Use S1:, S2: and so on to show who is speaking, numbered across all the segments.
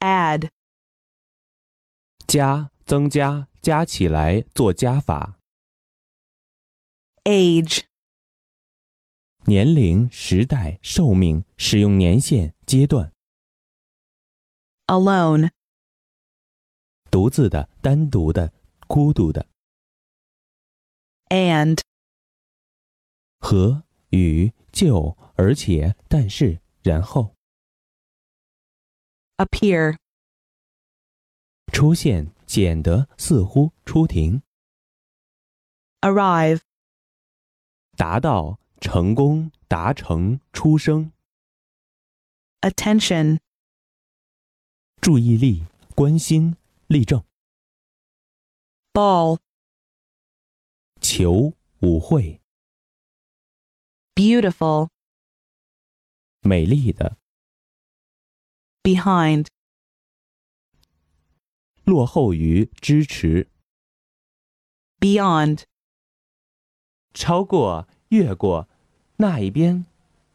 S1: add,
S2: 加、增加、加起来做加法。
S1: age,
S2: 年龄、时代、寿命、使用年限、阶段。
S1: alone,
S2: 独自的、单独的、孤独的。
S1: and,
S2: 和、与、就、而且、但是、然后。
S1: appear,
S2: 出现、显得、似乎、出庭。
S1: arrive,
S2: 达到、成功、达成、出生。
S1: attention,
S2: 注意力、关心、立正。
S1: ball,
S2: 球、舞会、
S1: beautiful,
S2: 美丽的、
S1: behind,
S2: 落后于、支持、
S1: beyond,
S2: 超过、越过那一边，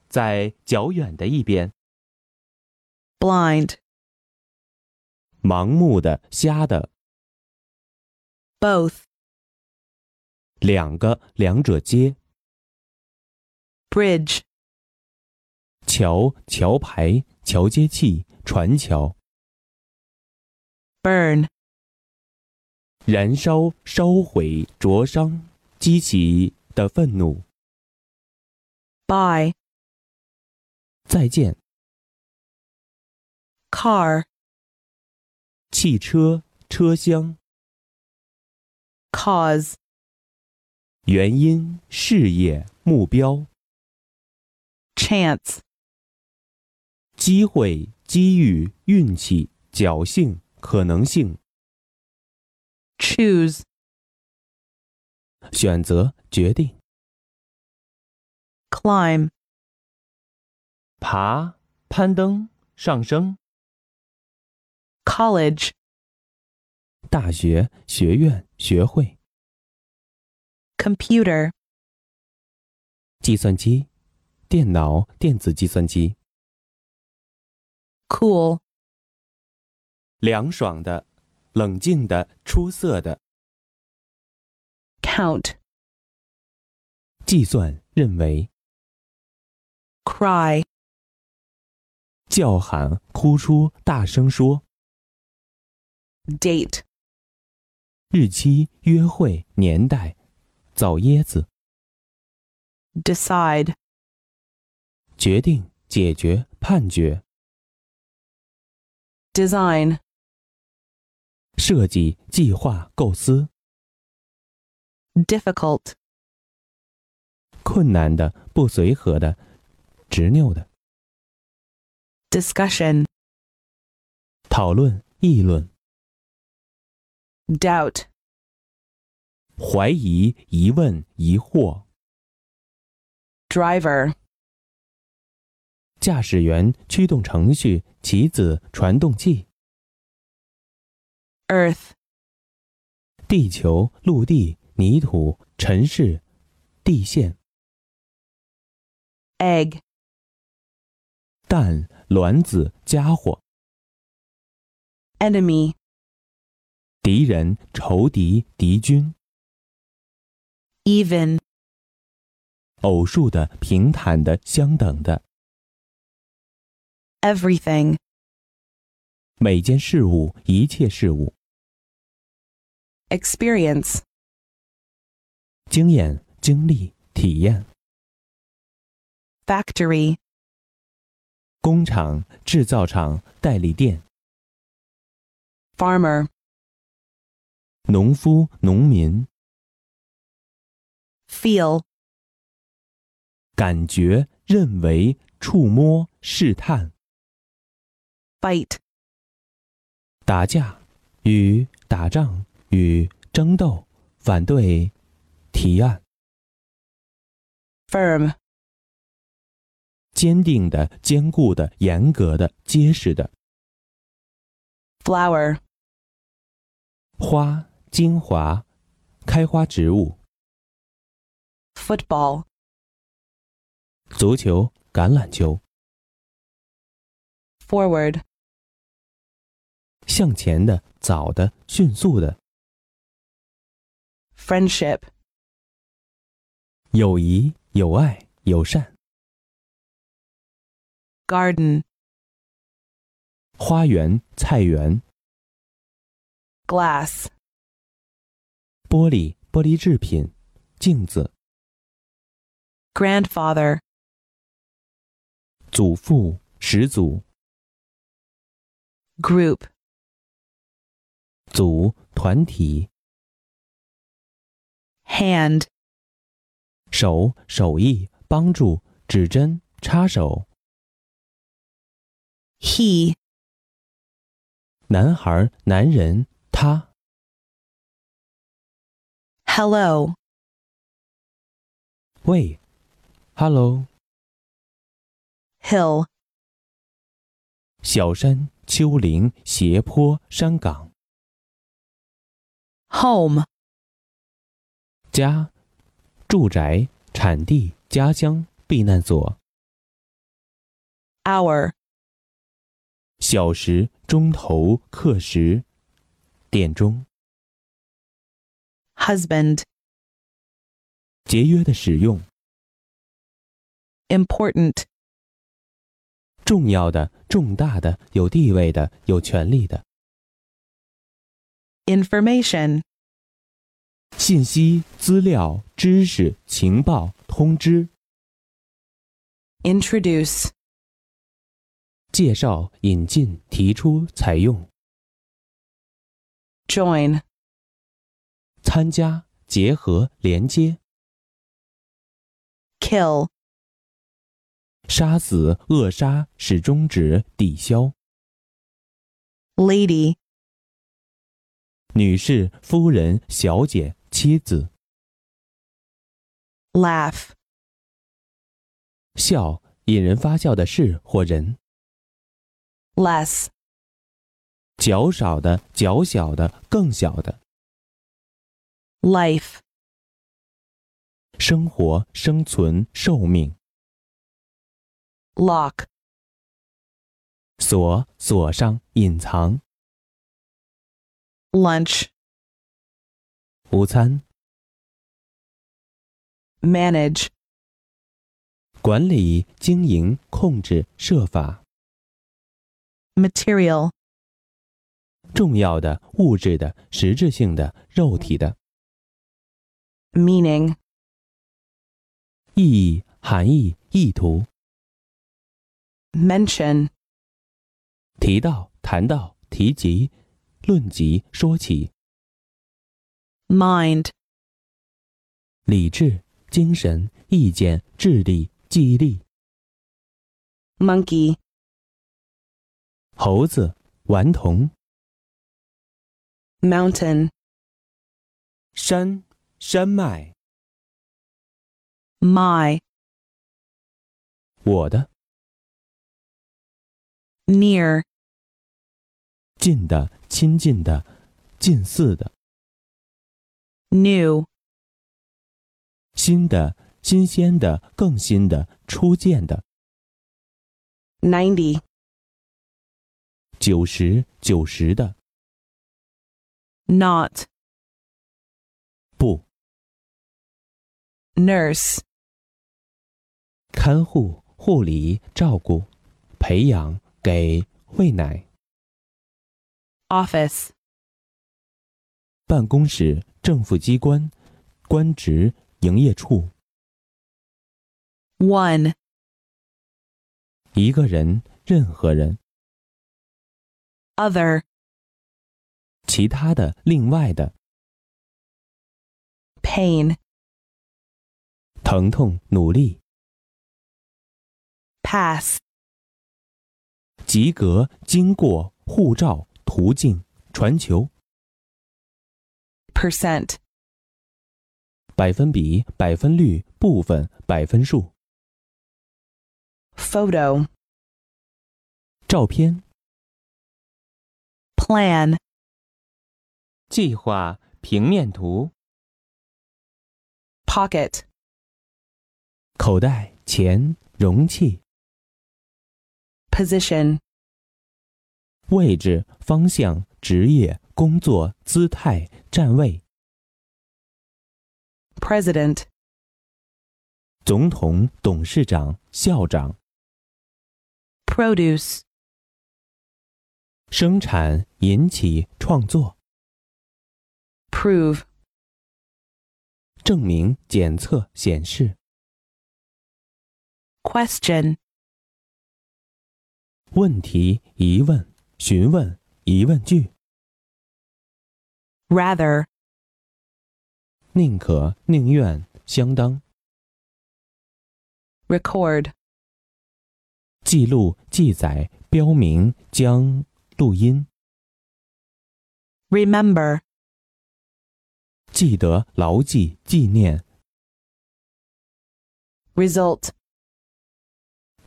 S2: 在较远的一边，
S1: blind,
S2: 盲目的、瞎的，
S1: both,
S2: 两个、两者皆，
S1: bridge,
S2: 桥、桥牌、桥接器、船桥，
S1: burn,
S2: 燃烧、烧毁、灼伤，激起的愤怒。
S1: buy,
S2: 再见，
S1: car,
S2: 汽车、车厢，
S1: cause,
S2: 原因、事业、目标。
S1: chance,
S2: 机会、机遇、运气、侥幸、可能性、
S1: choose,
S2: 选择、决定、
S1: climb,
S2: 爬、攀登、上升、
S1: college,
S2: 大学、学院、学会、
S1: computer,
S2: 计算机、电脑、电子计算机、
S1: cool,
S2: 凉爽的、冷静的、出色的、
S1: count,
S2: 计算、认为、
S1: cry,
S2: 叫喊、哭出、大声说、
S1: date,
S2: 日期、约会、年代、早椰子、
S1: decide,
S2: 决定、解决、判决、
S1: design,
S2: 设计、计划、构思。
S1: difficult,
S2: 困难的、不随和的、执拗的。
S1: discussion,
S2: 讨论、议论、
S1: doubt,
S2: 怀疑、疑问、疑惑。
S1: driver,
S2: 驾驶员、驱动程序、棋子、传动器、
S1: earth,
S2: 地球、陆地、泥土、尘世、地线、
S1: egg,
S2: 蛋、卵子、家伙、
S1: enemy,
S2: 敌人、仇敌、敌军、
S1: even,
S2: 偶数的、平坦的、相等的。
S1: everything,
S2: 每件事物，一切事物，
S1: experience,
S2: 经验、经历、体验。
S1: factory,
S2: 工厂、制造厂、代理店、
S1: farmer,
S2: 农夫、农民、
S1: feel,
S2: 感觉、认为、触摸、试探、
S1: fight,
S2: 打架、与打仗、与争斗、反对、提案、
S1: firm,
S2: 坚定的、坚固的、严格的、结实的、
S1: flower,
S2: 花、精华、开花植物、
S1: football,
S2: 足球、橄榄球、
S1: forward,
S2: 向前的、早的、迅速的。
S1: friendship,
S2: 友谊、友爱、友善。
S1: garden,
S2: 花园、菜园、
S1: glass,
S2: 玻璃、玻璃制品、镜子、
S1: grandfather,
S2: 祖父、始祖、
S1: group,
S2: 组、团体、
S1: hand,
S2: 手、手艺、帮助、指针、插手。
S1: he,
S2: 男孩、男人、他、
S1: hello,
S2: 喂，hello，
S1: hill,
S2: 小山、丘陵、斜坡、山岗、
S1: home,
S2: 家、住宅、产地、家乡、避难所、
S1: hour,
S2: 小时、钟头、课时、点钟。
S1: husband,
S2: 节约的使用，
S1: important,
S2: 重要的、重大的、有地位的、有权利的
S1: information,
S2: 信息、资料、知识、情报、通知、
S1: introduce,
S2: 介绍、引进、提出、采用、
S1: join,
S2: 参加、结合、连接、
S1: kill,
S2: 杀死、扼杀、使终止、抵消。
S1: lady,
S2: 女士、夫人、小姐、妻子、
S1: laugh,
S2: 笑，引人发笑的事或人。
S1: less,
S2: 较少的、较小的、更小的。
S1: life,
S2: 生活、生存、寿命。
S1: lock,
S2: 锁锁上隐藏
S1: lunch,
S2: 午餐
S1: manage,
S2: 管理经营控制设法
S1: material,
S2: 重要的物质的实质性的肉体的
S1: meaning,
S2: 意义含义意图
S1: mention,
S2: 提到谈到提及论及说起
S1: mind,
S2: 理智精神意见智力记忆力
S1: monkey,
S2: 猴子顽童
S1: mountain,
S2: 山山脉
S1: my,
S2: 我的
S1: near,
S2: 近的亲近的近似的。
S1: new,
S2: 新的、新鲜的、更新的、初见的、
S1: 90,
S2: 九十、九十的、
S1: not,
S2: 不、
S1: nurse,
S2: 看护、护理、照顾、培养、给、喂奶、
S1: office,
S2: 办公室、政府机关、官职、营业处、
S1: one,
S2: 一个人、任何人、
S1: other,
S2: 其他的、另外的、
S1: pain,
S2: 疼痛、努力、
S1: pass,
S2: 及格、经过、护照、途径、传球、
S1: percent,
S2: 百分比、百分率、部分、百分数、
S1: photo,
S2: 照片。
S1: plan,
S2: 计划平面图、
S1: pocket,
S2: 口袋、钱、容器、
S1: position,
S2: 位置、方向、职业、工作、姿态、站位。
S1: president,
S2: 总统、董事长、校长。
S1: produce,
S2: 生产、引起、创作、
S1: prove,
S2: 证明、检测、显示。
S1: question,
S2: 问题、疑问、询问、疑问句。
S1: rather,
S2: 宁可、宁愿、相当。
S1: record,
S2: 记录、记载、标明、将、录音。
S1: remember,
S2: 记得、牢记、纪念。
S1: result,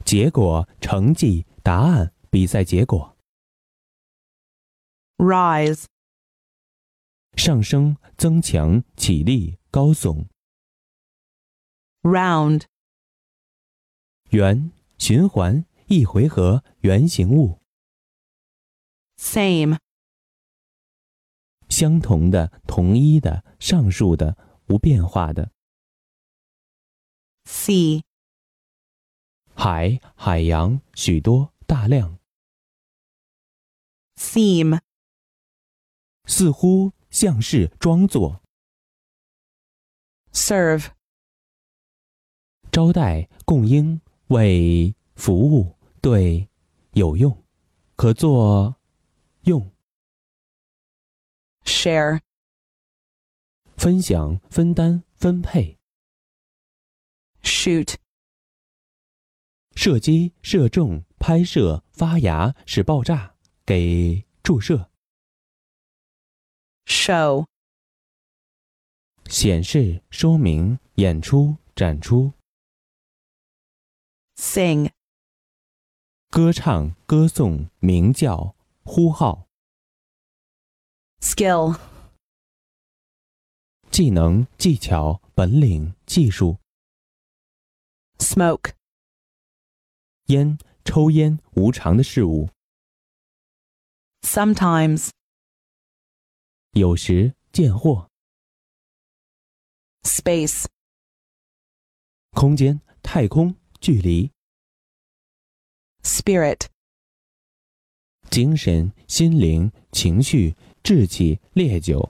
S2: 结果、成绩、答案、比赛结果。
S1: rise,
S2: 上升、增强、起立、高耸。
S1: round,
S2: 圆、循环、一回合、圆形物。
S1: same,
S2: 相同的、同一的、上述的、无变化的。
S1: sea,
S2: 海、海洋、许多、大量，
S1: seem,
S2: 似乎、像是、装作、
S1: serve,
S2: 招待、供应、为服务、对、有用、可做、用、
S1: share,
S2: 分享、分担、分配、
S1: shoot,
S2: 射击、射中、拍摄、发芽、使爆炸、给注射、
S1: show,
S2: 显示、说明、演出、展出。
S1: sing,
S2: 歌唱、歌颂、鸣叫、呼号、
S1: skill,
S2: 技能、技巧、本领、技术、
S1: smoke,
S2: 烟、抽烟、无常的事物，
S1: sometimes,
S2: 有时见货、
S1: space,
S2: 空间、太空、距离、
S1: spirit,
S2: 精神、心灵、情绪、志气、烈酒、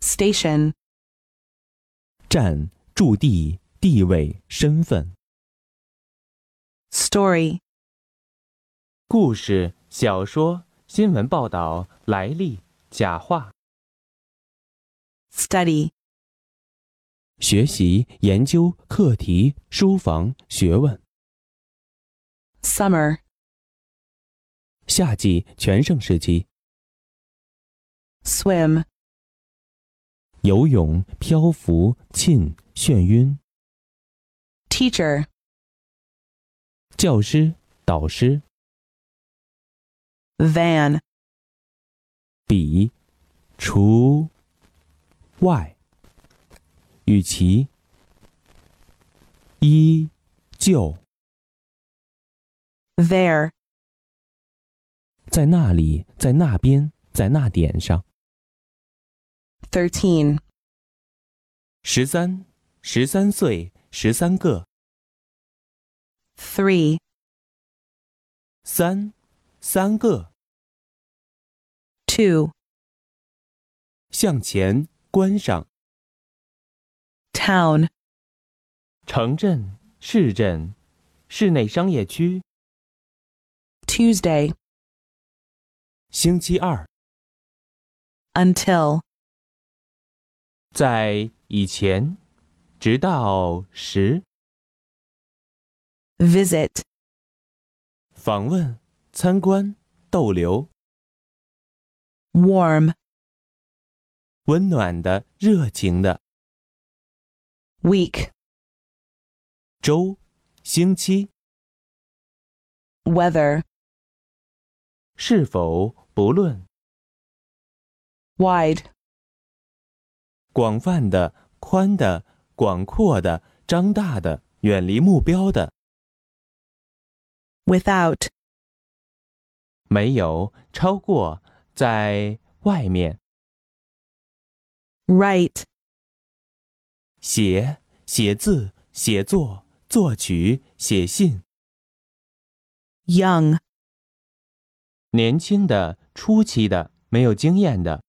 S1: station,
S2: 站、驻地、地位、身份、
S1: story,
S2: 故事、小说、新闻报道、来历、假话。
S1: study,
S2: 学习、研究、课题、书房、学问。
S1: summer,
S2: 夏季全盛时期，
S1: swim,
S2: 游泳、漂浮、沁、眩晕。
S1: teacher,
S2: 教师、导师、
S1: van,
S2: 笔、除外、与其、依旧、
S1: there,
S2: 在那里，在那边，在那点上。
S1: 13,
S2: 十三，十三岁，十三个
S1: 3,
S2: 三，三个
S1: 2,
S2: 向前关上。
S1: town,
S2: 城镇、市镇、室内商业区。
S1: Tuesday,
S2: 星期二，
S1: until,
S2: 在以前，直到十
S1: visit,
S2: 访问、参观、逗留，
S1: warm,
S2: 温暖的、热情的
S1: week,
S2: 周、星期，
S1: weather,
S2: 是否不论
S1: wide,
S2: 广泛的、宽的、广阔的、张大的、远离目标的，
S1: without,
S2: 没有超过在外面。
S1: Write.
S2: 写、写字、写作、作曲、写信。
S1: Young.
S2: 年轻的、初期的、没有经验的。